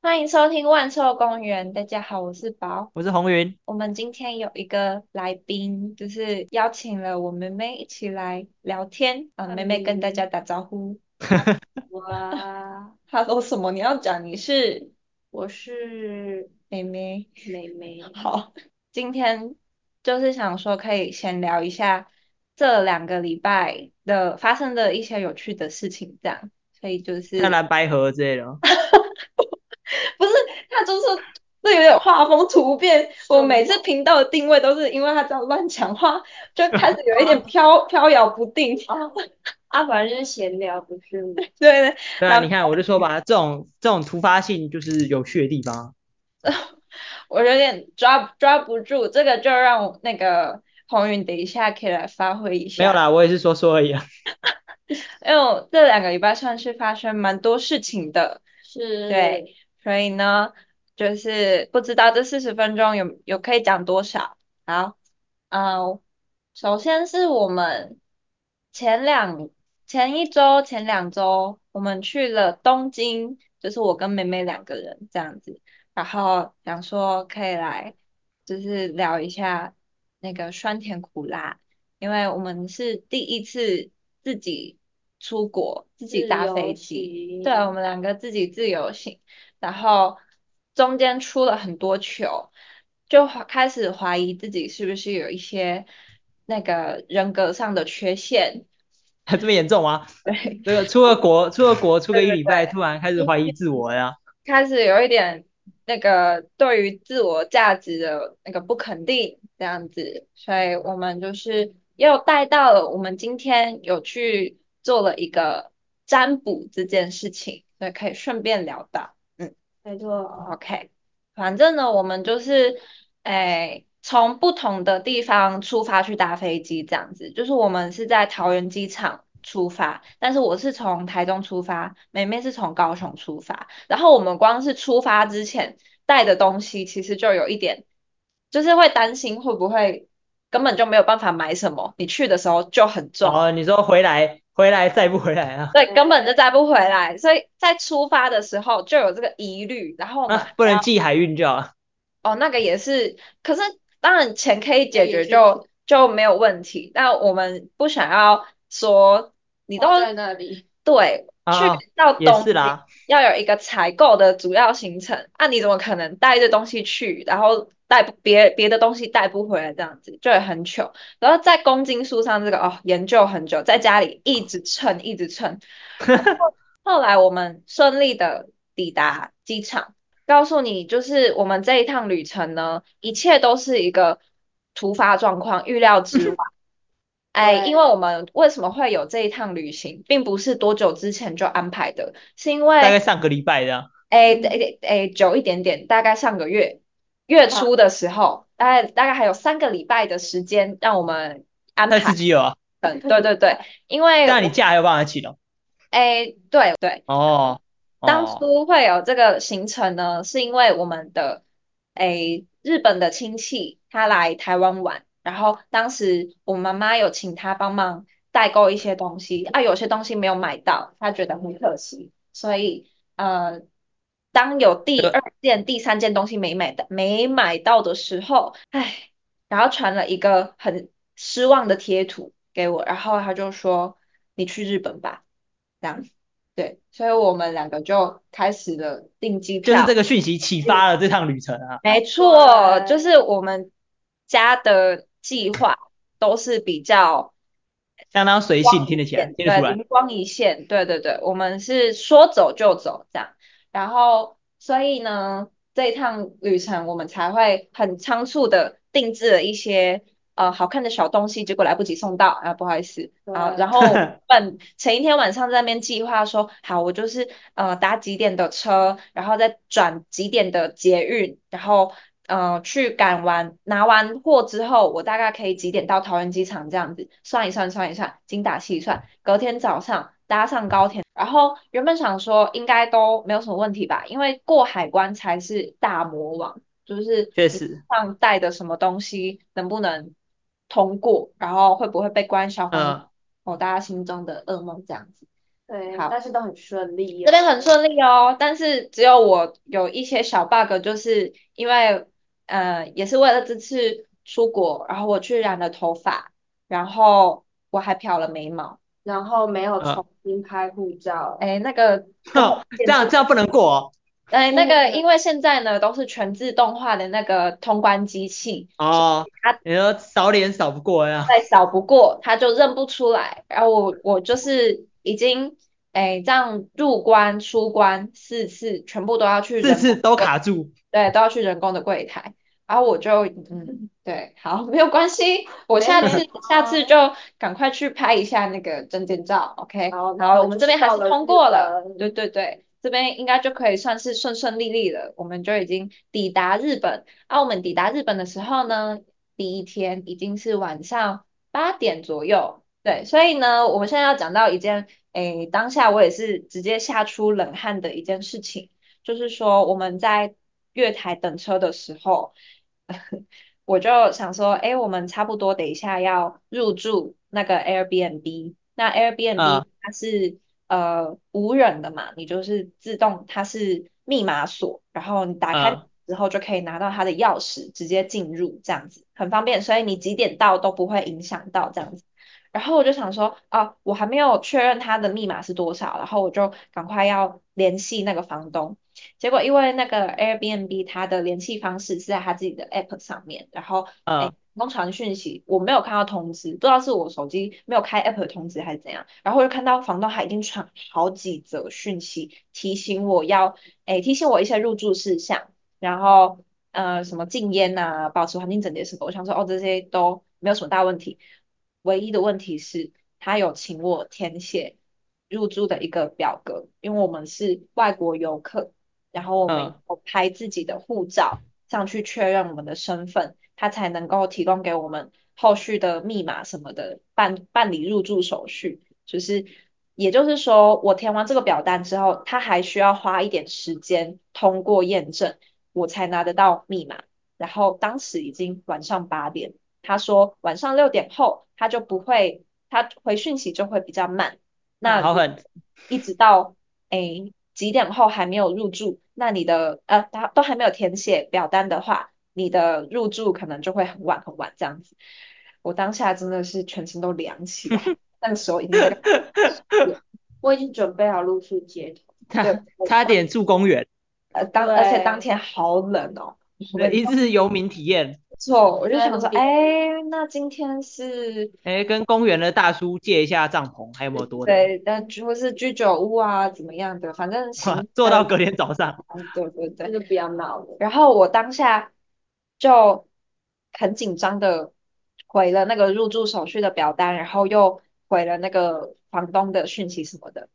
欢迎收听万寿公园。大家好，我是宝。我是红云，我们今天有一个来宾，就是邀请了我妹妹一起来聊天。呃，妹妹跟大家打招呼。哇， Hello，什么？你要讲你是我是妹妹？美眉，好，今天就是想说可以闲聊一下这两个礼拜的发生的一些有趣的事情，这样。所以就像是，蓝白河之类 的哦。不是，他就是这有点画风突变。我每次频道的定位都是因为他这样乱讲话，就开始有一点飘飘摇不定。哦，啊，反正就是闲聊，不是 吗？对对，对啊，然你后看，我就说吧，这种这种突发性就是有趣的地方。我有点抓抓不住，这个就让我那个红云等一下可以来发挥一没下，有啦，我也是说说而已啊。 因为我这两个礼拜算是发生蛮多事情的，对，是，所以呢，就是不知道这四十分钟有有可以讲多少。好，嗯、首先是我们前两前一周前两周我们去了东京，就是我跟妹妹两个人这样子。然后想说可以来就是聊一下那个酸甜苦辣，因为我们是第一次自己出国，自己自搭由飞机，对，我行，们两个自己自由行，然后中间出了很多糗，就怀开始怀疑自己是不是有一些那个人格上的缺陷，这么严重吗？对， 这个出了国，出了国，出对个一对礼拜，对。突然开始怀疑自我了呀。开始有一点那个对于自我价值的那个不肯定这样子，所以我们就是又带到了我们今天有去做了一个占卜这件事情，所以可以顺便聊到。嗯没错， ，OK，反正呢，我们就是诶。从不同的地方出发去搭飞机，这样子，就是我们是在桃园机场出发，但是我是从台中出发，妹妹是从高雄出发，然后我们光是出发之前带的东西，其实就有一点，就是会担心会不会根本就没有办法买什么，你去的时候就很重，哦，你说回来，回来再不回来啊？对，根本就带不回来，所以在出发的时候就有这个疑虑，然后我们啊，还不能要。寄海运就好了。哦，那个也是，可是当然钱可以可解以决去就就没有问题。那我们不想要说你都花在那里，对去啊，到也东是京啦。要有一个采购的主要行程，那、你怎么可能带这东西去，然后带不别别的东西带不回来这样子，就也很糗。然后在公斤数上这个哦研究很久，在家里一直称一直称，然后后来我们顺利的抵达机场。告诉你，就是我们这一趟旅程呢，一切都是一个突发状况，预料之外。哎，因为对，我们为什么会有这一趟旅行，并不是多久之前就安排的，是因大为概上个礼拜的啊。哎嗯，哎哎久一点点，大概上个月月好，啊初的时候，大概大概还有三个礼拜的时间让我们安那司排。机有啊？嗯，对对对，因为那你我假还有办法请哦。哎对对。哦当哦，初会有这个行程呢，是因为我们的诶日本的亲戚他来台湾玩，然后当时我妈妈有请他帮忙代购一些东西，啊，有些东西没有买到，他觉得很可惜，所以呃，当有第这二件、第三件东西没买到没买到的时候，唉，然后传了一个很失望的贴图给我，然后他就说你去日本吧。这样，对，所以我们两个就开始了订机就是这票。个讯息启发了这趟旅程啊。没错，就对，是我们家的计划都是比较相当随光性，听一得起来，线，听得对，出来。灵光一现，对对对，我们是说走就走这样。然后，所以呢，这一趟旅程我们才会很仓促的定制了一些呃好看的小东西，结果来不及送到啊，不好意思。啊，然对，后本前一天晚上在那边计划说，好，我就是呃搭几点的车，然后再转几点的捷运，然后呃去赶完拿完货之后，我大概可以几点到桃园机场这样子，算一算算一算，精打细算，隔天早上搭上高铁，然后原本想说应该都没有什么问题吧，因为过海关才是大魔王，就是确你实，上带的什么东西能不能通过，然后会不会被关消防。嗯。哦，大家心中的噩梦这样子。对，好。但是都很顺利这边哦。很顺利哦，但是只有我有一些小 bug，就是因为呃，也是为了这次出国，然后我去染了头发，然后我还漂了眉毛，然后没有呃，重新拍护照，哎，那个根本哼，有 这点样这样不能过哦。哎，那个因嗯，为现在呢都是全自动化的那个通关机器，所哦，以它你说扫脸扫不过呀？再扫不过，它就认不出来。然后我我就是已经哎这样入关出关四次，全部都要去四人工次都的卡住，对，都要去人工的柜台。然后我就嗯，对，好，没有关系，我没下礼次下次貌。就赶快去拍一下那个证件照，OK。然后然后哦我我们就这边还到是了通日过了，对本，对对，这边应该就可以算是顺顺利利了，我们就已经抵达日本。啊，我们抵达日本的时候呢，第一天已经是晚上八点左右，对，所以呢，我们现在要讲到一件，诶，当下我也是直接吓出冷汗的一件事情。就是说我们在月台等车的时候， 我就想说，哎，我们差不多等一下要入住那个 Airbnb，那 Airbnb 啊、它是呃无人的嘛，你就是自动，它是密码锁，然后你打开啊、之后就可以拿到它的钥匙，直接进入这样子，很方便，所以你几点到都不会影响到这样子。然后我就想说，啊，我还没有确认他的密码是多少，然后我就赶快要联系那个房东。结果因为那个 Airbnb 它的联系方式是在他自己的 App 上面，然后诶啊、刚传讯息，我没有看到通知，不知道是我手机没有开 App 的通知还是怎样，然后我就看到房东他已经传好几则讯息提醒我要，诶提醒我一些入住事项，然后呃什么禁烟呐、保持环境整洁什么，我想说哦这些都没有什么大问题，唯一的问题是他有请我填写入住的一个表格，因为我们是外国游客。然后我们嗯有拍自己的护照上去确认我们的身份，他才能够提供给我们后续的密码什么的办办理入住手续。就是也就是说，我填完这个表单之后，他还需要花一点时间通过验证，我才拿得到密码。然后当时已经晚上八点，他说晚上六点后他就不会，他回讯息就会比较慢。嗯，那好如狠，一直到诶几点后还没有入住，那你的呃，他都还没有填写表单的话，你的入住可能就会很晚很晚这样子。我当下真的是全身都凉起 来，那个时候已经大概也我已经准备好露宿街对，头。差我差点住公园，呃当而且当对，天好冷哦，我对，们一日游民体验，错，我就在想路说，边，哎，那今天是。哎，跟公园的大叔借一下帐篷，还有没有多的？对，但或是居酒屋啊，怎么样的，反正 哇，行 做程到隔天早上，嗯，对对那对。就不要闹了。然后我当下就很紧张的回了那个入住手续的表单，然后又回了那个房东的讯息什么的。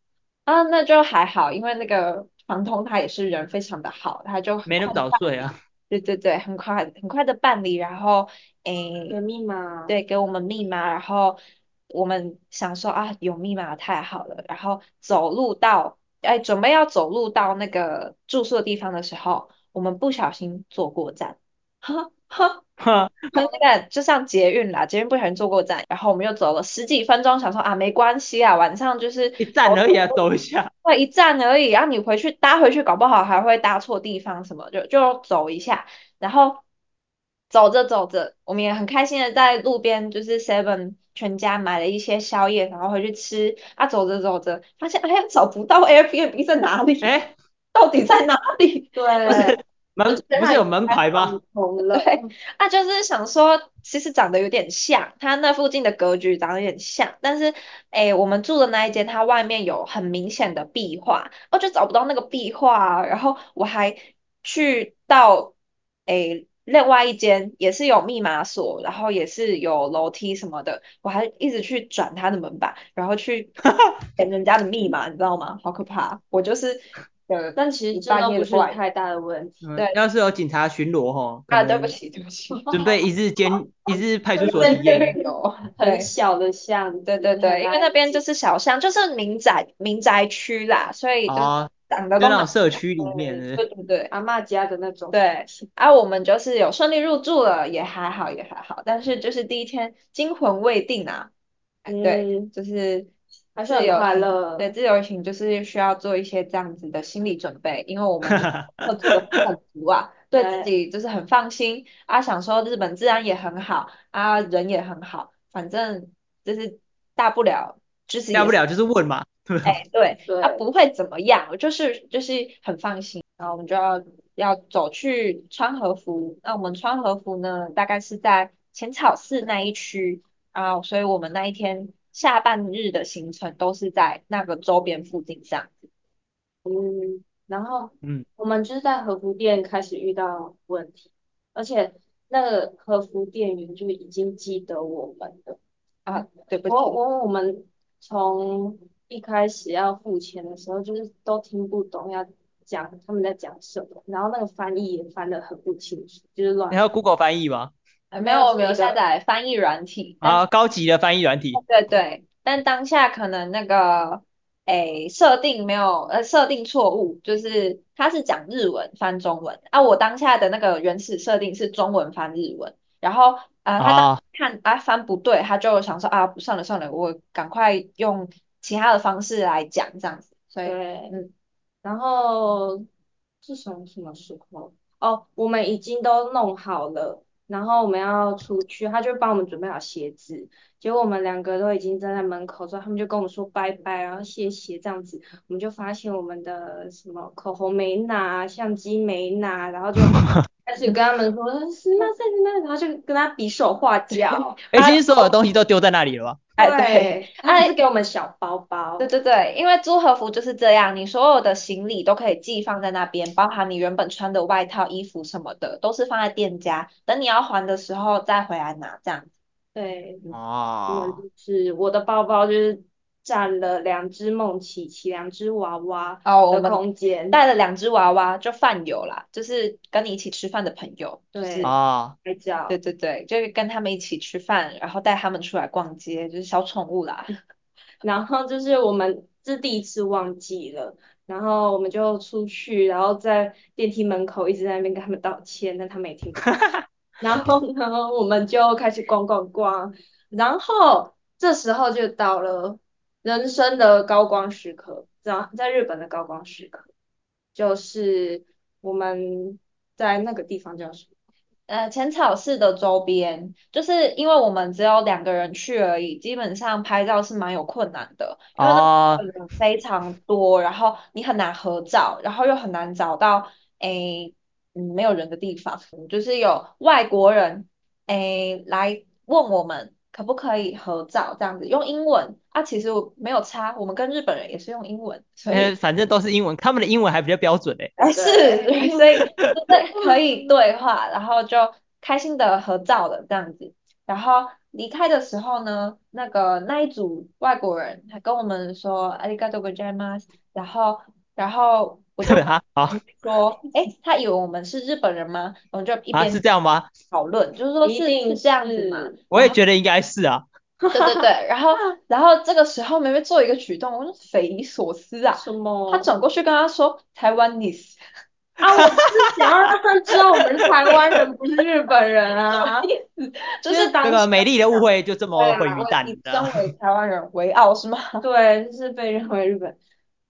啊，那就还好，因为那个房东他也是人非常的好，他就很没那快么的早办睡理，啊。 对对对，很快很快的办理，然后有诶，密码，对，给我们密码，然后我们想说啊，有密码太好了，然后走路到，哎，准备要走路到那个住宿的地方的时候，我们不小心坐过站，哈哈。哼，那那个就像捷运啦，捷运不小心坐过站，然后我们又走了十几分钟，想说啊没关系啊，晚上就是一站走而已啊，走走一下。对，一站而已，然后你回去搭回去，搞不好还会搭错地方什么，就就走一下。然后走着走着，我们也很开心的在路边就是 Seven 全家买了一些宵夜，然后回去吃。啊，走着走着发现哎呀找不到 Airbnb 在哪里，哎，到底在哪里？不是对，我觉门，得不他是已有经门在牌放吗？空对，了。啊，就是想说，其实长得有点像，它那附近的格局长得有点像，但是，诶，我们住的那一间，它外面有很明显的壁画，我就找不到那个壁画啊，然后我还去到，诶，另外一间也是有密码锁，然后也是有楼梯什么的，我还一直去转它的门把，然后 去点人家的密码，你知道吗？好可怕，我就是呃但其实一这半都夜不的是怪人。太大的问题。嗯，对要是有警察巡逻吼，可啊，对不嗯能起，对不 起。准备一日监一日派就是出所在体那边验。有，哦很嗯对小的巷对子，对很对，因为那安边就是静。小巷，就是民宅民宅区啦，所以就是哦，长得就都那蛮种社区里面对，的，对对对阿嬷家的那种感对，觉。啊，我们就是有顺利入住了，也还好也还好，但是就是第一天惊魂未定啊，哎对，嗯，就是。还是自很由快行乐。对，自由行就是需要做一些这样子的心理准备，因为我 们各自的不同足啊，对自对己就是很放心啊，想说日本治安也很好啊，人也很好，反正就是大不了就是大也不是了就是问嘛，对吧？哎对对啊不会怎么样，我就是就是很放心，然后我们就要要走去穿和服，那我们穿和服呢大概是在浅草寺那一区啊，所以我们那一天下半日的行程都是在那个周边附近这样。嗯，然后嗯，我们就是在和服店开始遇到问题，而且那个和服店员就已经记得我们了。啊，对不我起，我我们从一开始要付钱的时候，就是都听不懂要讲他们在讲什么，然后那个翻译也翻得很不清楚，就是你乱。还有 Google 翻译吗？呃没没有有我是没有一下个载翻译软体，但啊，高级的翻译软体，对对，但当下可能那个诶设定没有呃设定错误，就是他是讲日文翻中文啊，我当下的那个原始设定是中文翻日文，然后呃他当啊，看啊翻不对，他就想说啊算了算了，我赶快用其他的方式来讲这样子，所以对，嗯然后是从什么时候？哦，我们已经都弄好了，然后我们要出去，他就帮我们准备好鞋子。结果我们两个都已经站在门口之后，他们就跟我们说拜拜，然后谢谢这样子。我们就发现我们的什么口红没拿，相机没拿，然 后就开始跟他们说是吗？是吗？然后就跟他比手画脚。 哎，啊其实所有东西都丢在那里了吧？哎对对，他就是给我们小包包。对对对，因为租和服就是这样，你所有的行李都可以寄放在那边，包含你原本穿的外套、衣服什么的，都是放在店家，等你要还的时候再回来拿，这样子。对，嗯我们哦，就是我的包包就是占了两只梦琪琪、两只娃娃哦，我的们空间。带了两只娃娃，就饭友啦，就是跟你一起吃饭的朋友，就是对，啊，拍对照。对对，就是跟他们一起吃饭，然后带他们出来逛街，就是小宠物啦。然后就是我们是第一次忘记了，然后我们就出去，然后在电梯门口一直在那边跟他们道歉，但他们也 听不懂。然后呢，我们就开始逛逛逛，然后这时候就到了人生的高光时刻，在在日本的高光时刻，就是我们在那个地方叫什么？呃，浅草寺的周边，就是因为我们只有两个人去而已，基本上拍照是蛮有困难的，因为那哦，个人非常多，然后你很难合照，然后又很难找到诶，嗯，没有人的地方，就是有外国人诶来问我们可不可以合照这样子，用英文啊，其实我没有差，我们跟日本人也是用英文，所以。哎，反正都是英文，他们的英文还比较标准哎。哎，是， 对，所以就是可 以对话，然后就开心的合照的这样子。然后离开的时候呢，那个那一组外国人还跟我们说“ありがとうございます”，然后然后我就哈，好说：“哎，他以为我们是日本人吗？”我们就一啊，边是这样吗？讨论，就是说一是定是这样子嘛。是，我也觉得应该是啊，对对对，然 后然后这个时候妹妹做一个举动，我就匪夷所思啊。什她么？转过去跟他说台湾 n 啊，我就是想要让他知道我们是台湾人，不是日本 人啊，就啊就是是这当个下美丽的误哦会就这么对毁啦，于我蛋啊以身了。为台湾人为傲是吗？对，就是被认为日本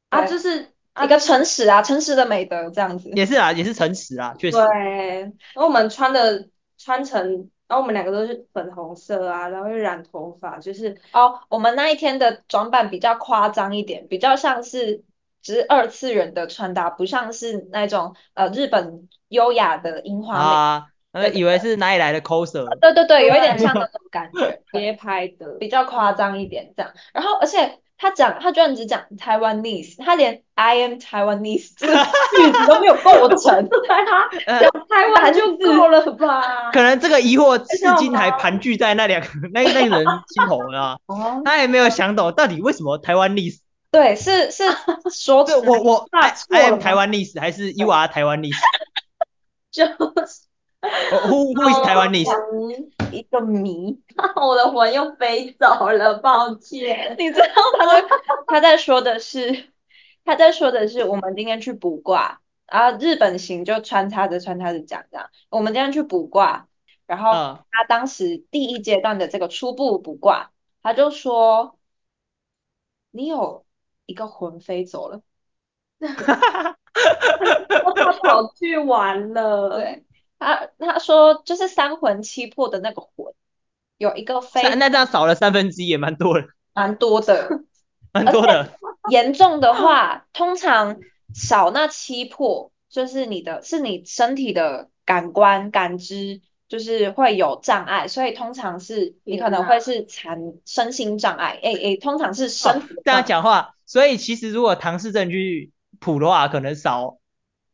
啊，对，就是 啊，一个诚实啊，诚实的美德这样子。也是啊，也是诚实啊，确对，实。然后我们穿的穿成，然后我们两个都是粉红色啊，然后又染头发，就是哦，我们那一天的装扮比较夸张一点，比较像是只是二次元的穿搭，不像是那种呃日本优雅的樱花妹。啊，那对个对以为是哪里来的 coser，对对对，有一点像对那种感觉，对，街拍的， 比较夸张一点这样。然后而且他讲，他居然只讲 Taiwanese，他连 I am Taiwanese 这个 句子都没有构成， 对啊，呃，讲台湾单就字。够了吧？可能这个疑惑至笑今还吗？盘踞在那两个那那个人心头呢，哦，他也没有想懂到底为什么台湾历史，对，是是 说是哦我我 那 I I 错 am 了台吗？湾历史还是 you are 台湾历史， 就是我 who who is 台湾历史？嗯，一个谜。 我的魂又飞走了，抱 歉。你知道他在 他在说的是，他在说的是我们今天去卜卦，然后日本行就穿插着穿插着讲这样，我们今天去卜卦，然哦后嗯，他当时第一阶段的这个初步卜卦，他就说。你有一个魂飞走了，说他跑去玩了，对，他他说就是三魂七魄的那个魂，有一个三飞那这样少了三分之一也蛮多的，蛮多的，蛮而且多的。 严重的话，通常少那七魄，就是你的是你身体的感官感知就是会有障碍，所以通常是你可天能哪！会是残身心障碍，诶诶，通常是身哦，体的这障碍。样讲话，所以其实如果唐氏症去谱的话，可能少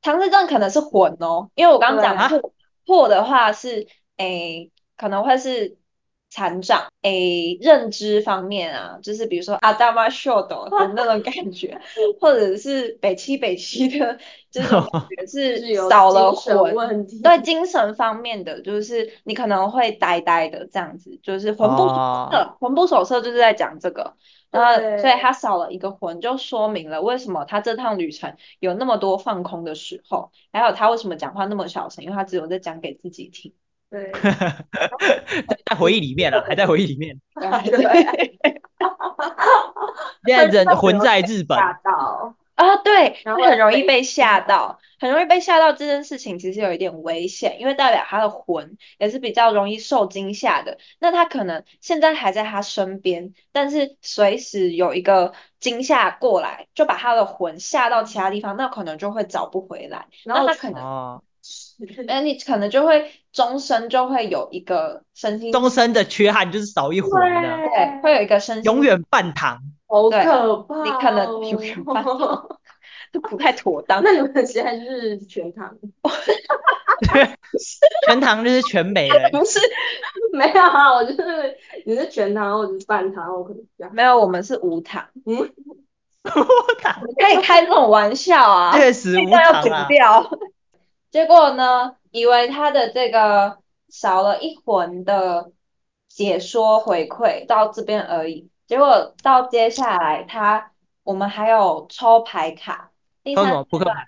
唐氏症可能是混哦，因为我刚刚讲对，啊，破破的话是诶，可能会是残障诶，认知方面啊，就是比如说阿达玛秀 斗的那种感觉，或者是北七北七的这种感觉 就是是有少了精神魂，问对题。精神方面的，就是你可能会呆呆的这样子，就是魂不守哦，舍，魂不守舍就是在讲这个。那所以对，他少了一个魂，就说明了为什么他这趟旅程有那么多放空的时候，还有他为什么讲话那么小声，因为他只有在讲给自己听。对，在在回忆里面啦，还在回忆里面。对 对，对现在会人 让魂人在被日本，吓到，啊，对，然后他会很容易被被吓吓到，很容易被吓到这件事情其实有一点危险，因为代表他的魂也是比较容易受惊吓的。那他可能现在还在他身边，但是随时有一个惊吓过来，就把他的魂吓到其他地方，那可能就会找不回来。然那后他去可能。哦，那你可能就会终身就会有一个身心，终身的缺憾就是少一魂了，对，对，会有一个身永心，远半糖。好对，可你怕可能永 远半糖，哦。就不太妥当。 那你们现在是全糖？全糖就是全没 了欸，不是，没有啊，我就是你是全糖，我就是半糖，我可能比较没有，我们是无糖， 嗯，无糖，你可以开这种玩笑啊，确实这无段要糖剪啦。掉。 结果呢，以为他的这个少了一魂的解说回馈到这边而已，结果到接下来他我们还有抽牌卡，第抽什三么扑阶克段。牌？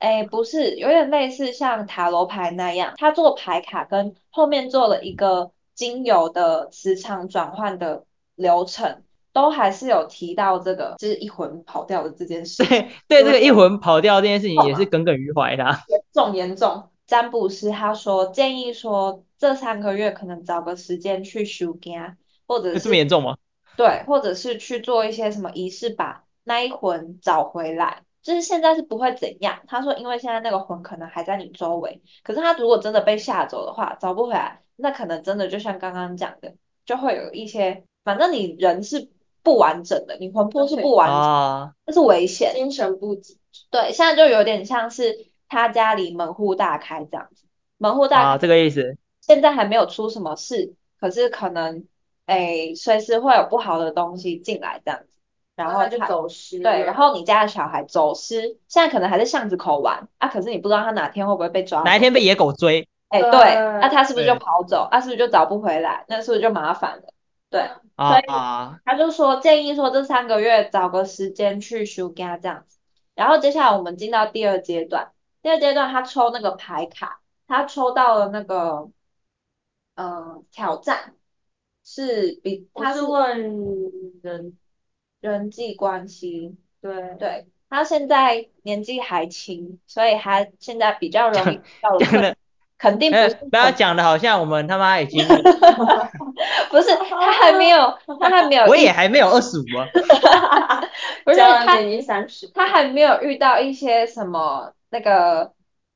哎，不是，有点类似像塔罗牌那样，他做牌卡跟后面做了一个精油的磁场转换的流程，都还是有提到这个，就是一魂跑掉的这件事情， 对对，对这个一魂跑掉这件事情痛也是啊，耿耿于怀的啊。严重严重。占卜师他说建议说，这三个月可能找个时间去修家，或者有 这么是严重吗？对，或者是去做一些什么仪式，把那一魂找回来。就是现在是不会怎样。他说，因为现在那个魂可能还在你周围，可是他如果真的被吓走的话，找不回来，那可能真的就像刚刚讲的，就会有一些，反正你人是不完整的，你魂魄是不对，完整， 啊，这是危险。精神不济，对，现在就有点像是他家里门户大开这样子，门户大开，啊，这个意思。现在还没有出什么事，可是可能诶随时会有不好的东西进来这样子，然然后后他就他走失对，然了，后你家的小孩走失，现在可能还在巷子口玩啊，可是你不知道他哪天会不会被抓哪一走，天被野狗追？哎，对，那、对，他是不是就对跑走？啊，是不是就找不回来？那是不是就麻烦了？对，所啊以啊， 他就说建议说这三个月找个时间去休假这样子。然后接下来我们进到第二阶段，第二阶段他抽那个牌卡，他抽到了那个呃挑战，是比我他是是问人，人际关系，对，对，他现在年纪还轻，所以他现在比较 容易遇到的讲困，的，肯定不呃，是不要很。讲的好像我们他妈已 经，不是，他还没有，他还没有我也遇，还没有二十五啊。不是交完他，钱已经三十，他还没有遇到一些什么那个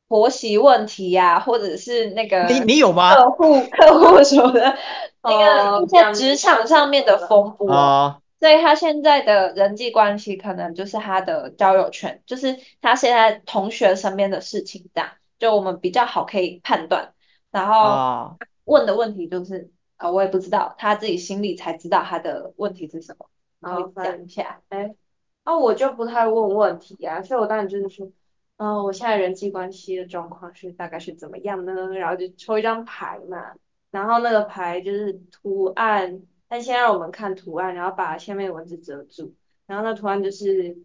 婆媳问题呀、或者是那你啊个你有吗？客户客户什么的，那个哦，一些这样职子场就上面的对了，风波，哦，所以他现在的人际关系可能就是他的交友圈，就是他现在同学身边的事情这样，就我们比较好可以判断。然后哦，问的问题就是，呃，我也不知道，他自己心里才知道他的问题是什么，然后好讲烦。一下。哎，那我就不太问问题啊，所以我当然就是说，嗯、我现在人际关系的状况是大概是怎么样呢？然后就抽一张牌嘛，然后那个牌就是图案，但先让我们看图案，然后把下面的文字遮住，然后那图案就是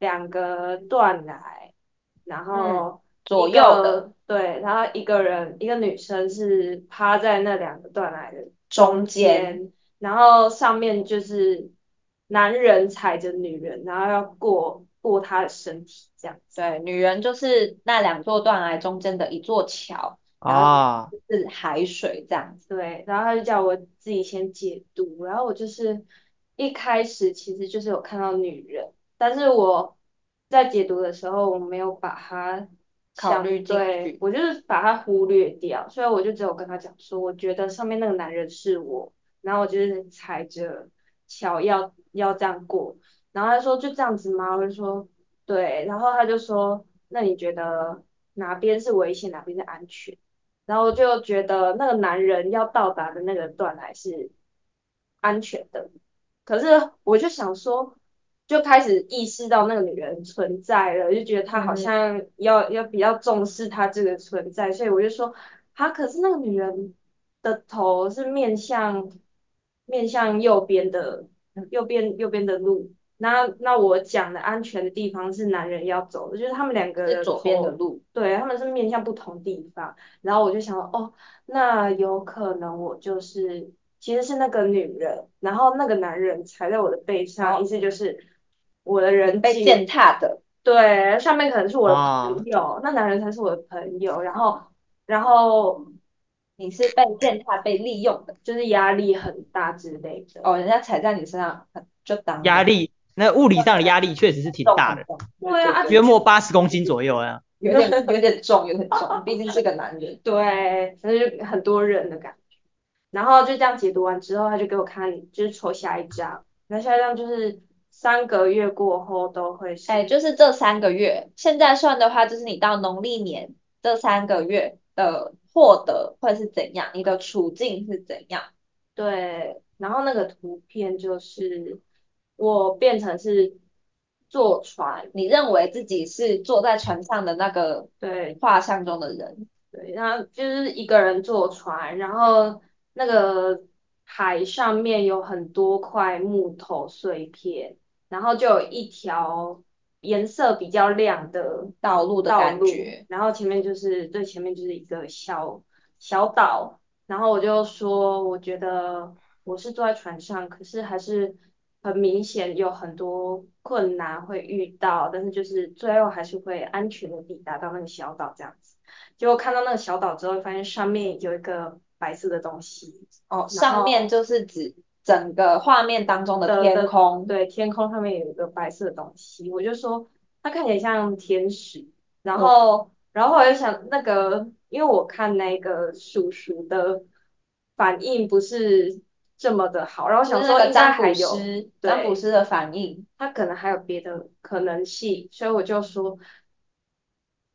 两个断奶，嗯，然后一左右的个对，然后一个人一个女生是趴在那两个断奶的中中间，间，然后上面就是。男人踩着女人，然后要过过她的身体这样子。对，女人就是那两座断崖中间的一座桥，然后啊，就是海水这样子。对，然后他就叫我自己先解读，然后我就是一开始其实就是有看到女人，但是我在解读的时候我没有把它考想，虑进对，去。我就是把它忽略掉，所以我就只有跟他讲说，我觉得上面那个男人是我，然后我就是踩着桥要要这样过，然后他说就这样子吗？我就说对，然后他就说那你觉得哪边是危险，哪边是安全？然后就觉得那个男人要到达的那个断崖是安全的，可是我就想说，就开始意识到那个女人存在了，就觉得她嗯好哼，像要要比较重视她这个存在，所以我就说，啊，可是那个女人的头是面向面向右边的右边右边的路，那那我讲的安全的地方是男人要走的，就是他们两个是的左边的头，路。对，他们是面向不同地方。然后我就想说，哦，那有可能我就是其实是那个女人，然后那个男人踩在我的背上，意哦，思就是我的你人被哦际，践踏的。对，上面可能是我的朋啊，友，那男人才是我的朋友，然后然后你是被践踏、被利用的。就是压力很大之类的，哦，人家踩在你身上，很就当压没力，那物理上的压力确实是挺重大很的，重。对对啊，对啊对，约莫八十公斤左右啊。有点有点重，有点重，毕竟是个男 哎人。对，那就很多人的感觉。然后就这样解读完之后，他就给我看，就是抽下一张，那下一张就是三个月过后都会哎，是。就是这三个月，现在算的话，就是你到农历年这三个月的获得会是怎样，你的处境是怎样。对，然后那个图片就是我变成是坐船，你认为自己是坐在船上的那个对画像中的人，对，然后就是一个人坐船，然后那个海上面有很多块木头碎片，然后就有一条颜色比较亮的道路的道感路，觉。然后前面就是最前面就是一个小小岛，然后我就说我觉得我是坐在船上，可是还是很明显有很多困难会遇到，但是就是最后还是会安全的抵达到那个小岛这样子。结果看到那个小岛之后，发现上面有一个白色的东西，哦，然上面后就是指整个画面当中的的天的空。对天空上面有一个白色的东西，我就说它看起来像天使，然嗯，后然后我就想那个，因为我看那个叔叔的反应不是这么的好，然后就是那想说个应该占还卜有师，占卜对。师的反应。他可能还有别的可能性，所以我就说，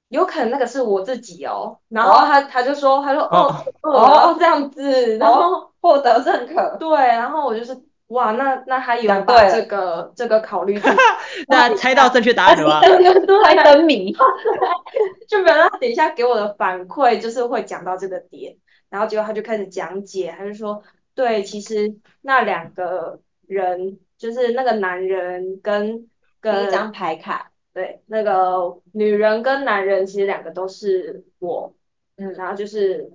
有可能那个是我自己哦。然后哦他他就说，他说哦哦， 哦，然后哦这样子，然哦，后获得认可，对，然后我就是哇，那那他有讲把对这了，个这个考虑进去，然后那等一猜到下，正确答案了 吗？猜对，灯谜。就没有他等一下给我的反馈就是会讲到这个点，然后结果他就开始讲解，他就说，对，其实那两个人就是那个男人跟第一张跟。牌卡，对，那个女人跟男人其实两个都是我，嗯，然后就是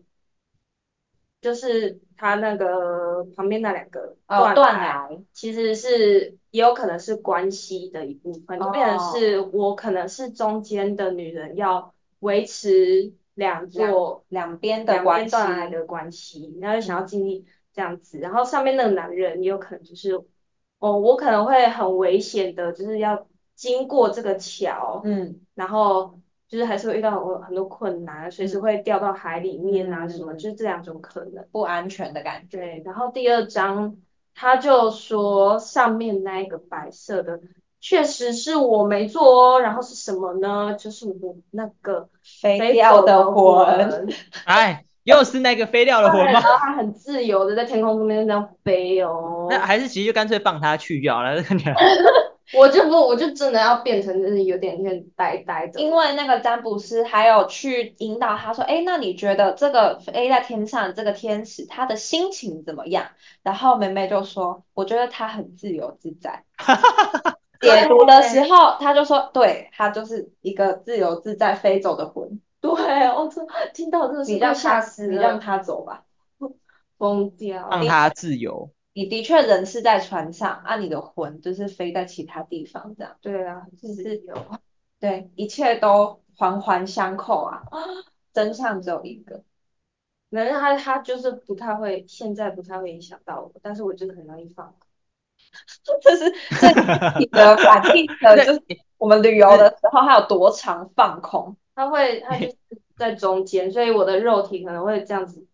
就是他那个旁边那两个哦，断断崖，崖，其实是也有可能是关系的一部分，就变成哦，是我可能是中间的女人要维持两两座两边的两关边断崖系，的关系，然后就想嗯，要经历这样子，然后上面那个男人也有可能就是，哦，我可能会很危险的，就是要经过这个桥，嗯然后。就是还是会遇到很很多困难，随时嗯会掉到海里面啊什么，嗯，就是这两种可能。不安全的感觉，对，然后第二章他就说上面那一个白色的确实是我没做哦，然后是什么呢？就是我那个飞飞掉走的的魂，魂。哎，又是那个飞掉的对，魂然吗？后它很自由的在天空中间这样飞那哦。还是其实就干脆放他去就好了，这个鸟。我就不，我就真的要变成就是有点有点呆呆因的。为那个占卜师还有去引导他说，哎，那你觉得这个飞在天上的这个天使他的心情怎么样？然后梅梅就说，我觉得他很自由自 在。解读的时对。候，他就说，对，他就是一个自由自在飞走的魂，对，我真听到真的是你快让吓他，死你让了，他走吧。疯掉。放你他自由。你的确人是在船上，啊，你的魂就是飞在其他地方，这样对啊，很就自是由。对，一切都环环相扣啊，真相只有一个。反正他他就是不太会，现在不太会影响到我，但是我就是很容易放空。这是这是你的反映的，就是我们旅游的时候还有多常放空。他会他就是在中间，所以我的肉体可能会这样子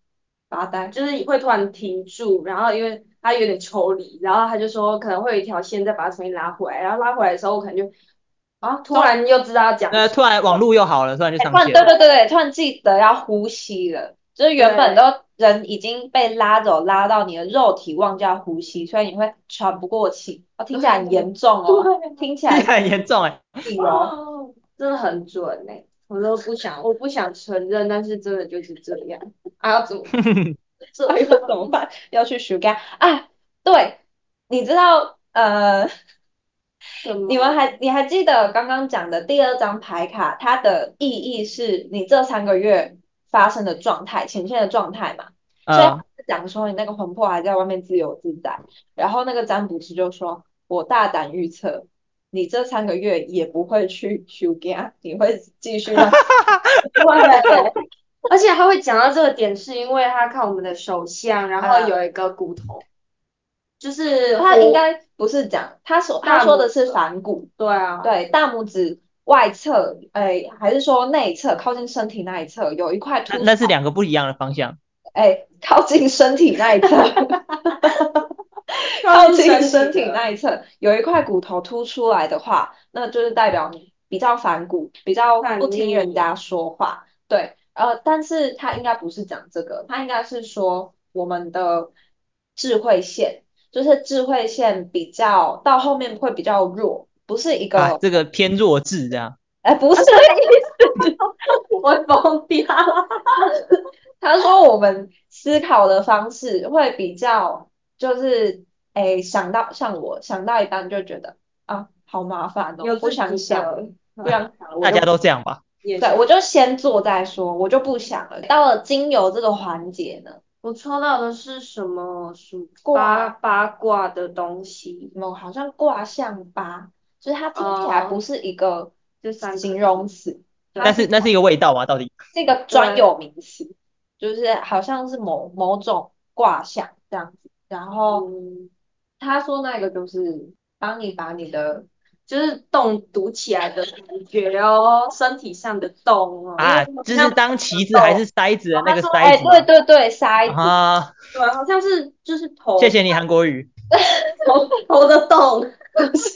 发呆，就是会突然停住，然后因为他有点抽离，然后他就说可能会有一条线再把它重新拉回来，然后拉回来的时候我可能就啊突然又知道要讲那什突然网络又好了，突然就哎，上突然线对对了。对对，突然记得要呼吸了，就是么，原本对。都人已经被拉走，拉到你的肉体忘记要呼吸，所以你会喘不过气。哦，听对起来很严重哦，对听起听来起 来很严重哎、是哦。哦， 真的很准呢、我都不想，我不想承认，但是真的就是这样。啊，要怎么办？ 这哎呦，怎么办？要去暑假啊？对，你知道呃，什你们么？还你还记得刚刚讲的第二张牌卡，它的意义是你这三个月发生的状态、显现的状态嘛？ 所以它嗯，是讲说你那个魂魄还在外面自由自在，然后那个占卜师就说：“我大胆预测，你这三个月也不会去休假，你会继续 让对，而且他会讲到这个点，是因为他看我们的手相，然后呃，有一个骨头，就是他应我该不是讲，他说他大说拇的是指，反骨，对啊，对，大拇指外侧，哎，还是说内侧靠近身体那一侧有一块那凸出那是两个不一样的方向。哎，靠近身体那一侧，靠靠近近身体身体那的，一侧有一块骨头凸出来的话，那就是代表你比较反骨，比较不叛听人逆，家说话。对，呃，但是他应该不是讲这个，他应该是说我们的智慧线，就是智慧线比较到后面会比较弱，不是一啊，个，这个偏弱智这样。哎，不是这个意思，我疯 掉了。他说我们思考的方式会比较，就是诶，想到像我想到一半就觉得啊，好麻烦哦，有不自想己想，的，不想想了，我大就家都这样吧？也对想。我就先做再说，我就不想了。到了精油这个环节呢，我抽到的是什么属卦八八卦的东西？什么好像卦象吧，就是它听起来不哦，是一个这三形个容字，词，它那是是对那是一个味道吗？到底？是一个专对，有名词，就是好像是某某种卦象这样子。然后嗯，他说那个就是帮你把你的，就是动读起来的感觉哦，身体上的动哦，因为啊，好就像是不当是旗子还动，是筛子的哦那他个说筛哎，子对吗？对对，筛子，啊，对，好像是就是谢头谢你韩国语。头头的动，不是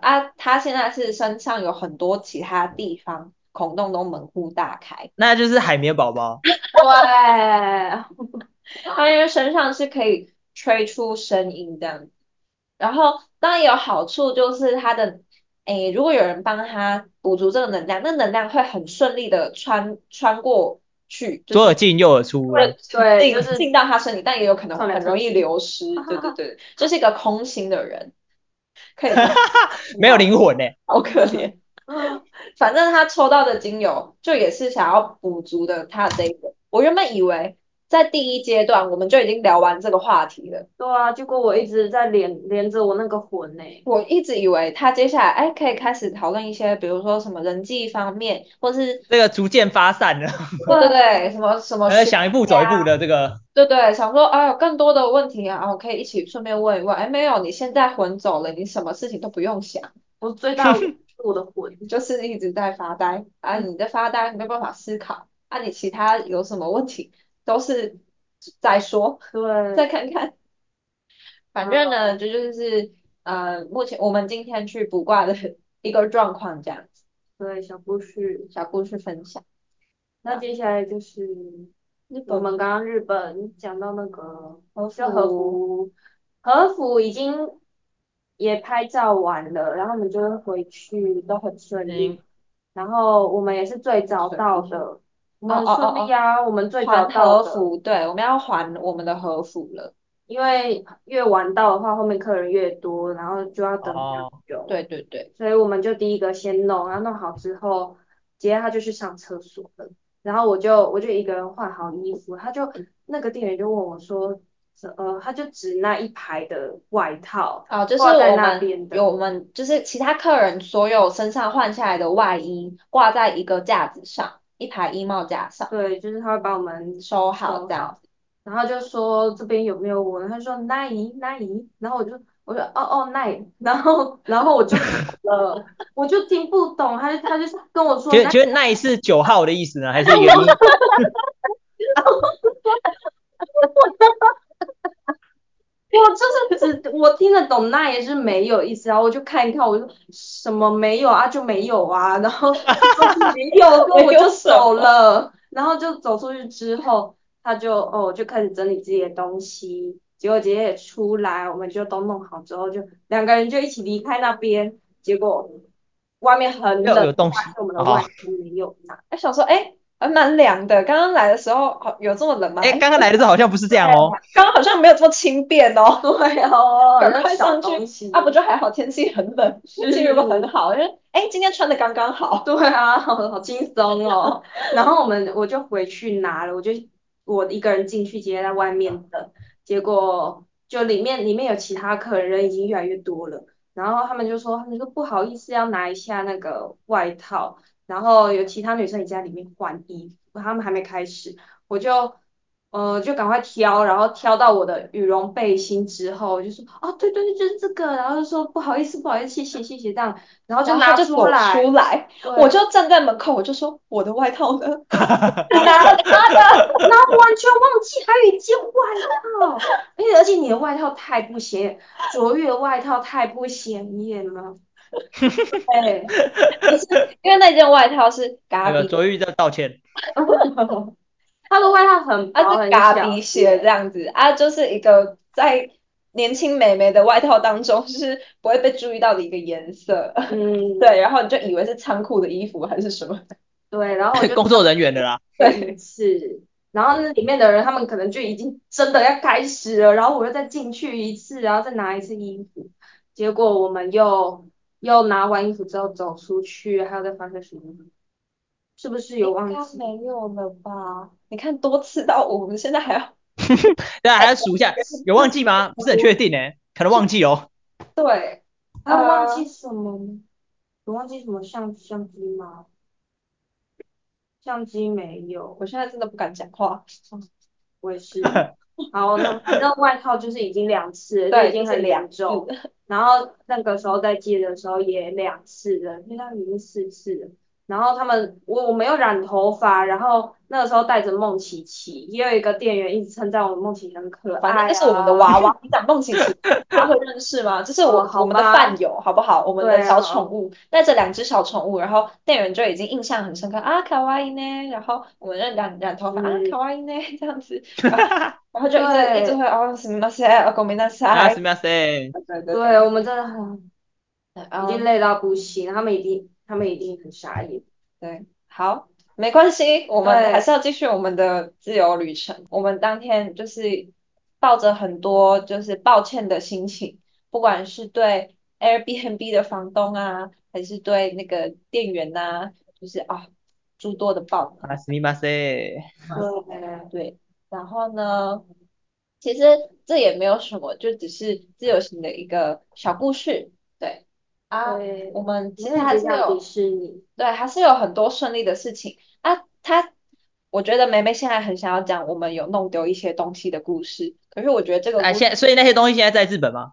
啊，他现在是身上有很多其他地方孔洞都门户大开，那就是海绵宝 宝。对，他因为身上是可以吹出声音这样子。然后当然有好处，就是它的，诶，如果有人帮他补足这个能量，那能量会很顺利的穿穿过去，就左是耳进右耳出这会样。 对，就进是进到他身体，但也有可能窜来很窜容易去，流失。对对对，就是一个空心的人，可 以这样形 没有容，灵魂呢、欸好可怜。反正他抽到的精油就也是想要补足的他这一个。我原本以为在第一阶段我们就已经聊完这个话题了。对啊，结果我一直在连连着我那个魂呢、我一直以为他接下来哎可以开始讨论一些，比如说什么人际方面，或是这个逐渐发散了，对对对，对，什么什么学呃，想一步业走一啊，步的这个，对对，想说哎有更多的问题啊，我可以一起顺便问一问。哎，没有，你现在魂走了，你什么事情都不用想，我最大 的问题是我的魂。你就是一直在发呆啊，你在发呆，你没有办法思考啊，你其他有什么问题都是再说， 再对，看看。反正好，呢，这就是呃，目前我们今天去卜卦的一个状况这样子。对，小故事。小故事分享。那接下来就是日我本们刚刚日本讲到那个，和就和服，服，和服已经也拍照完了，然后我们就会回去都很顺利。嗯，然后我们也是最早顺到利。的，哦我们很哦顺哦利哦，啊，我们最早还到和的，服，对，我们要还我们的和服了。因为越晚到的话，后面客人越多，然后就要等比较哦，久。对对对，所以我们就第一个先弄，然后弄好之后，杰他就去上厕所了，然后我就我就一个人换好衣服，他就那个店员就问我说，呃，他就指那一排的外套哦，就是挂在我那们边有的。我们就是其他客人所有身上换下来的外衣挂在一个架子上，一排衣帽架上对，就是他会把我们收好收这样好，子。然后就说这边有没有我，他说那姨那姨，然后我就我说哦哦那姨，然后然后我就 呃我就听不懂，他就他就是跟我哦说觉得那觉得那一是九号的意思呢，还是一个音？我就是只我听得懂那也是没有意思啊，我就看一看，我就什么没有啊就没有啊，然后就说没有，没我有就什走么，了，然后就走出去之后，他就哦我就开始整理自己的东西，结果姐姐也出来，我们就都弄好之后，就两个人就一起离开那边，结果外面很要冷，有东发现西我们的哦。外衣没有拿，哎，想说哎，还蛮凉的。刚刚来的时候好有这么冷吗？哎，哎，刚刚来的时候好像不是这样哦。刚刚好像没有这么轻便哦。对哦，赶那快小上去东啊！不西。就还好，天气很冷，其实不很是。好，因为哎，今天穿的刚刚好。对啊，好好轻松哦。然后我们我就回去拿了，我就我一个人进去，直接在外面等。结果就里面里面有其他客人，人已经越来越多了。然后他们就说，他们说不好意思，要拿一下那个外套。然后有其他女生也在里面换衣服，他们还没开始，我就呃就赶快挑，然后挑到我的羽绒背心之后，我就说哦对对对，就是这个。然后就说不好意思不好意思，谢谢谢谢这样，然后就然后他拿就出走出来。来，我对，就站在门口，我就说我的外套呢？ 你拿了他的，然后完全忘记还有一件外套，而且哎而且你的外套太不显眼，卓越的外套太不显眼了。 对，不是因为那件外套是那嘎个比，卓玉在道歉，哎 他的外套很它薄是很啊嘎小比鞋这件，样子啊，就是一个在年轻美眉的外套当中，就是不会被注意到的一个颜色。嗯，对，然后你就以为是仓库的衣服还是什么？对，哦然后我就工作人员的啦。试对，一次，然后那里面的人他们可能就已经真的要开始了，然后我又再进去一次，然后再拿一次衣服，结果我们又又拿完衣服之后走出去，还有再发生什么？是不是有哎应忘该记？没有了吧？你看多次到五，我们现在还要 对啊，再还要走数一下，一有忘记吗？不是很确步。定呢，可能忘记哦。对，还有忘记呃，什么呢？有忘记什么相相机吗？相机没有，我现在真的不敢讲话。嗯，我也是。好，那反正外套就是已经两 次了，就对，已就经是很两严次。重。然后那个时候再借的时候也两次了，因为他们已经四次了。然后他们我我没有染头发，然后那个时候带着梦琪琪，也有一个店员一直称赞我们梦琪琪很可反正爱那是我们的啊，娃娃，你讲梦 琪琪，他会认识吗？这是哦，我好我们的饭吧，友，好不好？我们的对小宠啊，物，带着两只小宠物，然后店员就已经印象很深刻啊，卡哇伊呢，然后我们就染染头发啊，卡嗯，哇伊呢， 这样 子，然后然后就一直一直对。会哦，什么塞，哦，ごめんな啊，さすい，みません。对对对，对，我们真的很已经嗯，累到不行，他们已经他们已经很傻眼。对，好，没关系，我们还是对，要继续我们的自由旅程。我们当天就是抱着很多就是抱歉的心情，不管是对 Airbnb 的房东啊，还是对那个店员呐、就是啊诸多的抱歉。啊，すみません。嗯，对，对，然后呢，其实这也没有什么，就只是自由行的一个小故事。对啊，对，我们我其们实也还只是想迪有。士尼。对，还是有很多顺利的事情啊。他，我觉得梅梅现在很想要讲我们有弄丢一些东西的故事，可是我觉得这个故啊，事，现在所以那些东西现在在日本吗？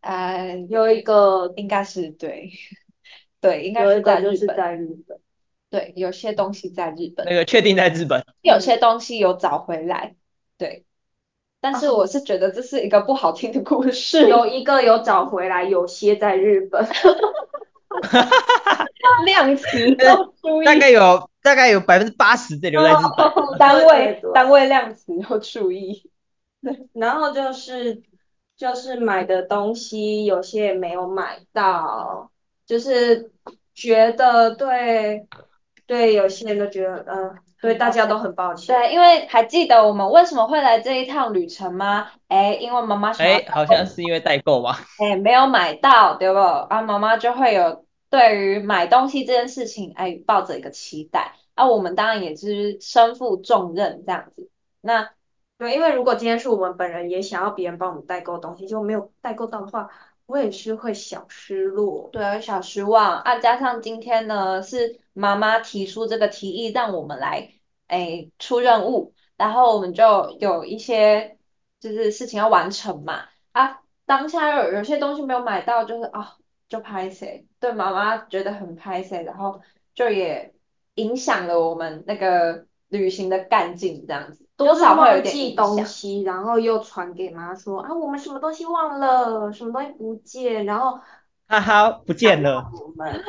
呃，有一个应该是对，对，应该有是一个在就日是本，在日本，对，有些东西在日本，那个确定在日本。有些嗯，东西有找回来，对。但是我哦，是觉得这是一个不好听的故有事，哦一个有找回来，有些在日本。 量词但是要注大概意有大概有百分之八十得留在日 本。哦，单对对位对。单位量词要注意。对，然后就是就是买的东西有些也没有买到，就是觉得对对有些人都觉得嗯、呃对很大抱家歉。都很抱歉，对，因为还记得我们为什么会来这一趟旅程吗？哎，因为妈妈想要哎，带好像我，是因为代购吧？哎，没有买到，对不？啊，妈妈就会有对于买东西这件事情，哎，抱着一个期待。啊，我们当然也是身负重任这样子。那对，因为如果今天是我们本人也想要别人帮我们代购东西，就没有代购到的话，我也是会小失落。对，小失望啊，加上今天呢是妈妈提出这个提议，让我们来诶出任务，然后我们就有一些就是事情要完成嘛啊，当下有有些东西没有买到，就是啊就拍谁，对妈妈觉得很拍谁，然后就也影响了我们那个旅行的干劲，这样子就多是少会有忘点记影东响。西，然后又传给妈说啊，我们什么东西忘了，什么东西不见，然后哈哈，不打见骂了。我们。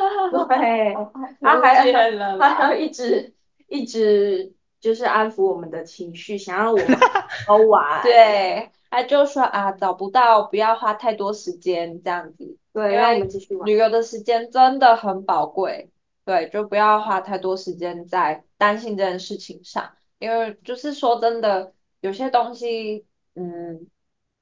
对，然啊，后 还还忍 了他还啦。要一直一直就是安抚我们的情绪，想让我们好好 玩。对，他就说啊，找不到，不要花太多时间这样子，对，因让我们为继续玩。旅游的时间真的很宝贵，对，就不要花太多时间在担心这件事情上，因为就是说真的，有些东西，嗯，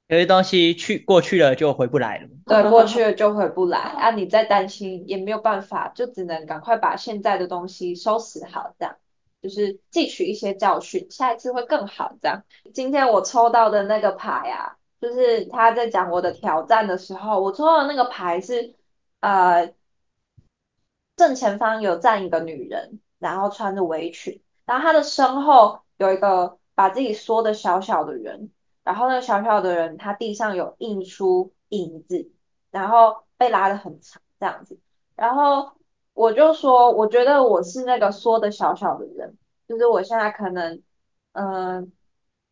有些东西去过去了就回不来了。对，过去了就回不来，啊，你再担心也没有办法，就只能赶快把现在的东西收拾好，这样就是汲取一些教训，下一次会更好。这样，今天我抽到的那个牌啊，就是他在讲我的挑战的时候，我抽到的那个牌是，呃，正前方有站一个女人，然后穿着围裙，然后她的身后有一个把自己缩的小小的人，然后那个小小的人他地上有印出影子，然后被拉得很长这样子，然后我就说，我觉得我是那个缩的小小的人，就是我现在可能嗯、呃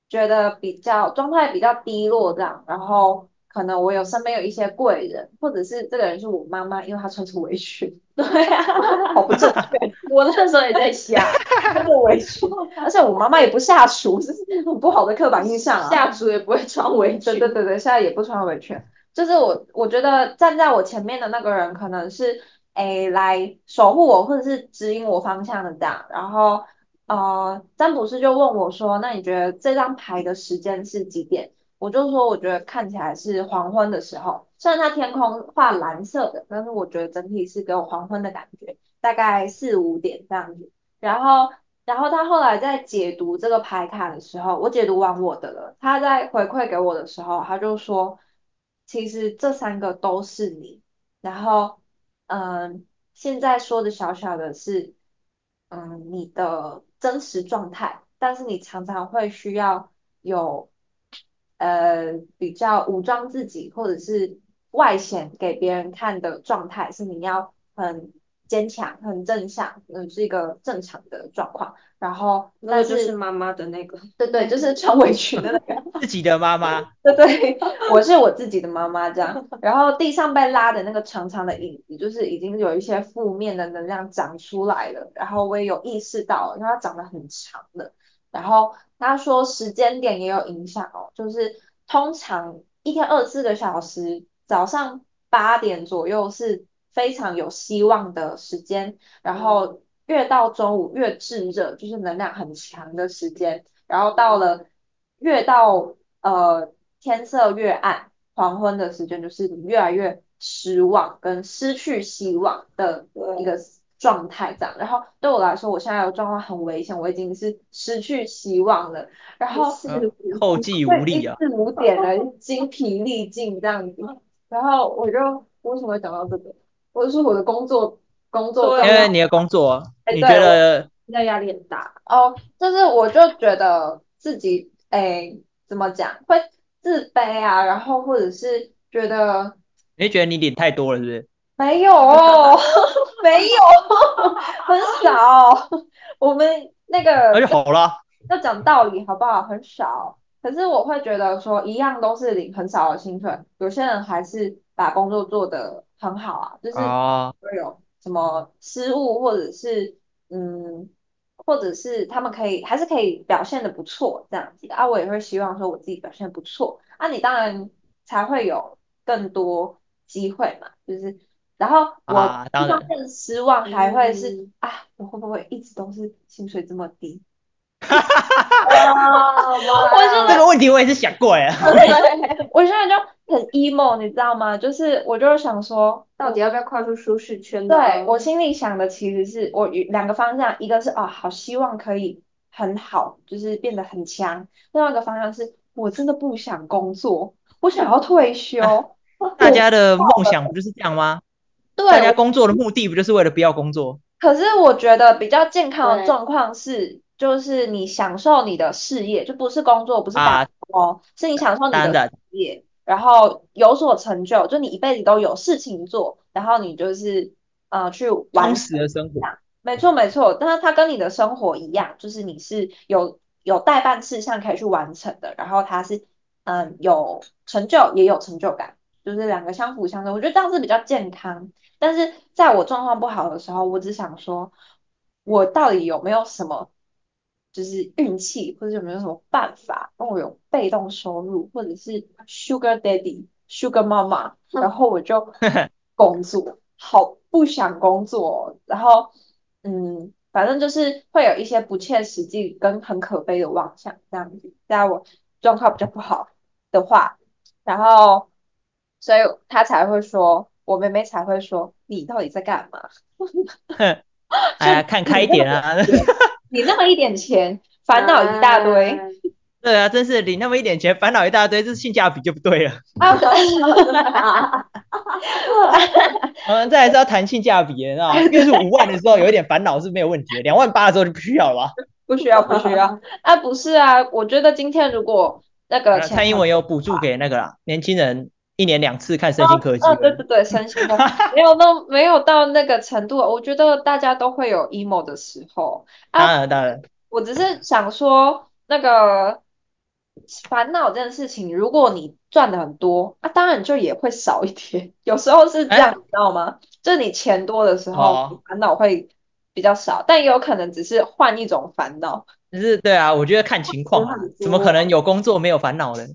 觉得比较状态比较低落这样，然后可能我有身边有一些贵人，或者是这个人是我妈妈，因为她穿出围裙， 对啊，好不正确， 我那时候也在想，穿着围裙，而且我妈妈也不下厨， 这是很不好的刻板印象啊。 下厨也不会穿围对对裙。对对，现在也不穿围裙。就是我，我觉得站在我前面的那个人可能是诶来守护我，或者是指引我方向的这样。然后呃，占卜师就问我说：“那你觉得这张牌的时间是几点？”我就说：“我觉得看起来是黄昏的时候，虽然它天空画蓝色的，但是我觉得整体是给我黄昏的感觉，大概四五点这样子。”然后。然后他后来在解读这个牌卡的时候，我解读完我的了，他在回馈给我的时候，他就说，其实这三个都是你。然后，嗯，现在说的小小的是，嗯，你的真实状态，但是你常常会需要有，呃，比较武装自己，或者是外显给别人看的状态，是你要很坚强、很正向，嗯，是一个正常的状况。然后，那但个就是是，妈妈的那个，对对，就是穿围裙的那个。自己的妈妈，对对，我是我自己的妈妈这样。然后地上被拉的那个长长的影子，就是已经有一些负面的能量长出来了。然后我也有意识到，因为它长得很长的。然后他说时间点也有影响哦，就是通常一天二十四个小时，早上八点左右是非常有希望的时间，然后越到中午越炙热，就是能量很强的时间。然后到了越到呃天色越暗，黄昏的时间，就是你越来越失望跟失去希望的一对，个状态这样。然后对我来说，我现在的状况很危险，我已经是失去希望了，然一后四呃，五后继无对一力啊。四五点了，精疲力尽这样子。然后我就为什么会讲到这个？我就说我的工作工作对状因态，为你的工作，哎，你对觉我。得现在压力很大。哦，就是我就觉得自己诶，怎么讲，会自卑啊，然后或者是觉得你会觉得你领太多了，是不是？ 没有哦，没有， 很少。 我们那那个就好了。要讲道理好不好？很少。可是我会觉得说，一样都是领很少的薪水，有些人还是把工作做得很好啊，就是哦，会有什么失误，或者是嗯，或者是他们可以还是可以表现得不错这样子啊，我也会希望说我自己表现得不错啊，你当然才会有更多机会嘛，就是然后我啊，一当方然，面的失望还会是嗯，啊，我会不会一直都是薪水这么低？哈哈哈哈，哇我现这在。个哇，问题我也是想过哎。对，我现在就很 emo，你知道吗？就是我就是想说， 到底我要不要跨出舒适圈呢？嗯哦对我心里想的其实是我有两个方向，一个是啊，好希望可以。很好，就是变得很强。另外一个方向是我真的不想工作，我想要退休，啊我 大火家的爆梦了。想不就是这样吗？大对，家我工作的目的不就是为了不要工作？可是我觉得比较健康的对状况是，就是你享受你的事业，就不是工作，不是打啊，工哦，是你享受你当的然，事业，然后有所成就，就你一辈子都有事情做，然后你就是呃去充完成实的生这活，样。没错没错，但是它跟你的生活一样，就是你是有有代办事项可以去完成的，然后它是嗯有成就也有成就感，就是两个相辅相成，我觉得这样是比较健康。但是在我状况不好的时候，我只想说，我到底有没有什么，就是运气，或者有没有什么办法让我有被动收入，或者是 Sugar Daddy、Sugar 妈妈，然后我就工作，好不想工作哦，然后嗯，反正就是会有一些不切实际跟很可悲的妄想这样子，在我状况比较不好的话。然后，所以他才会说，我妹妹才会说，你到底在干嘛？哎就呀，看你开一那么点点啊，钱，你那么一点钱，烦恼一大 堆。啊， 对啊，真是领那么一点钱，烦恼一大堆，这性价比就不对了。啊，我我们嗯再来是要谈性价比的啊，月入五万的时候有一点烦恼是没有问题的，两万八的时候就不需要了啊吧？不需要，不需要。啊，不是啊，我觉得今天如果那个啊，钱蔡英很文有补助给那个啦，年轻人一年两次看身哦，心科哦，机对会。对对，身 心科没有到没有到那个程度，我觉得大家都会有 emo 的时候啊。当然当然，我只是想说，那个烦恼这件事情，如果你赚的很多，啊，当然就也会少一点。 有时候是这样，哎，你知道吗？就是你钱多的时候，你哦，烦恼会比较少，但也有可能只是换一种烦恼，就是对啊，我觉得看情有哦况啊，很怎么可多能有工作没有烦恼呢？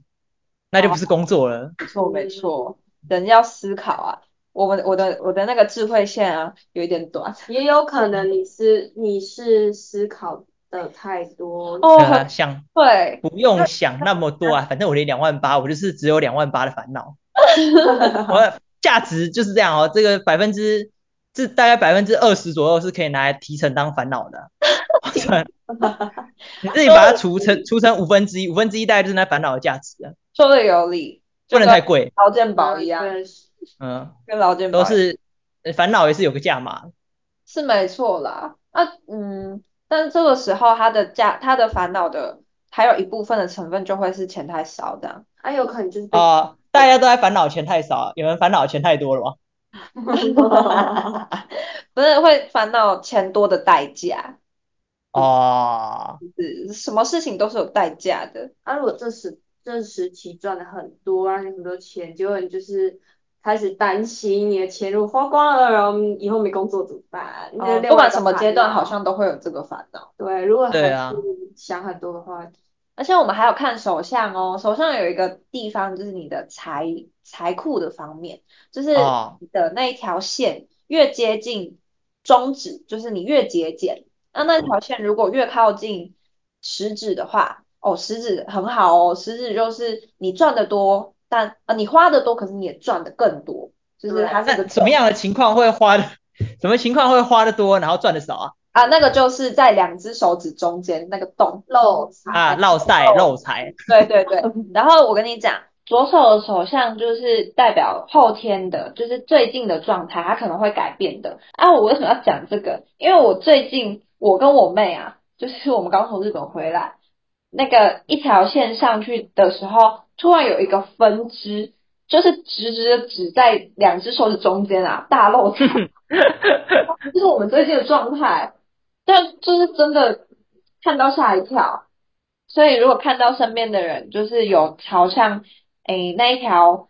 那就不是哦。工作了。没错，没嗯，错，人要思考啊。我们我的我的那个智慧线啊，有一点短 也有可能你是你是思考的太多， 哦，对很啊，想对，不用那想那么多啊，反正我连两万八，我就是只有两万八的烦恼。啊我的价值就是这样哦，这个百分之这大概百分之二十左右是可以拿来提成当烦恼的。算，你自己说把它的除有成理，除成五分之一，五分之一大概就是那烦恼的价值了，说的有理，不就能跟太贵。劳健保一嗯，样，对，嗯，跟劳健都保一样是呃烦恼也是有个价码。是没错啦。啊，嗯，但这个时候他的价，他的烦恼的还有一部分的成分就会是钱太少这样。 还有可能就是哦被，啊、大家都在烦恼钱太少，啊有人烦恼钱太多了吗？不是会烦恼钱多的代价，啊嗯哦，就是什么事情都是有代价的。 啊，如果这时这时期赚的很多，让你很多钱，结果你就是开始担心你的钱如果花光了，然后以后没工作怎么办？你的哦，另不外管一个什么阶烦段，好恼。像都会有这个烦恼。对，如果还对是啊，想很多的话，而且我们还有看手相哦，手相有一个地方就是你的财财库的方面，就是哦，你的那一条线越接近中指，就是你越节俭。那那条线如果越靠近食指的话，哦，食指很好哦，食指就是你赚的多，但呃你花的多，可是你也赚的更多，就是它是对，一个那什么正样的情况会花的，什么情况会花的多，然后赚的少啊？啊，那个就是在两只手指中间那个洞。漏啊，财，绕赛哦漏财，对对对，然后我跟你讲，左手的手相就是代表后天的，就是最近的状态，它可能会改变的。啊，我为什么要讲这个？因为我最近我跟我妹啊， 就是我们刚从日本回来，那个一条线上去的时候，突然有一个分支，就是直直的指在两只手指中间啊，大漏财，这是我们最近的状态。但就是真的看到吓一跳。所以如果看到身边的人就是有朝向诶那一条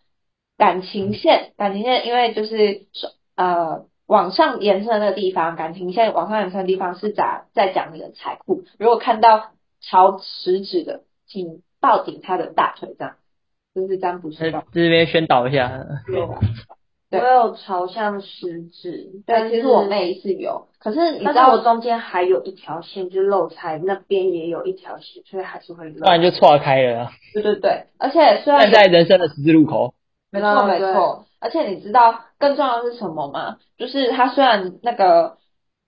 感情线，感情线因为就是呃往上延伸的地方，感情线往上延伸的地方是咋在讲你的财库。如果看到朝食指的，请抱紧他的大腿，这样就是占卜师呃告诉这边宣导一下，我的。我对有朝向食指，对，但其实我是妹是有，可是你知但是道，我中间还有一条线，就是漏财那边也有一条线，所以还是会不然漏。就错开了啊，对对对，而且虽然有。站在人生的十字路口。没错，那没对，错，而且你知道更重要的是什么吗？就是它虽然那个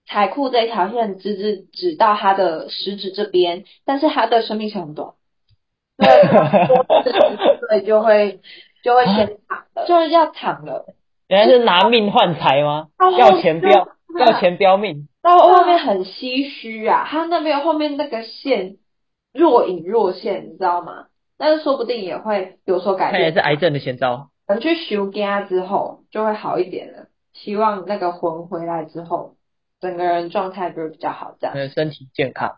财库这一条线直直指到他的食指这边，但是他的生命线很短，对，对，就会就会先躺了。就是要躺了。原来是拿命换财吗？哦要钱不要，好可怕要 钱不要命。到后面很唏嘘啊，他那边后面那个线若隐若现，你知道吗？但是说不定也会有所改看来变是。癌症的前兆。可能去修家之后就会好一点了，希望那个魂回来之后，整个人状态就会比较好。这样，嗯，身体健康。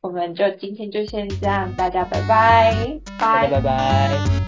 我们就今天就先这样，大家拜拜，大家拜拜。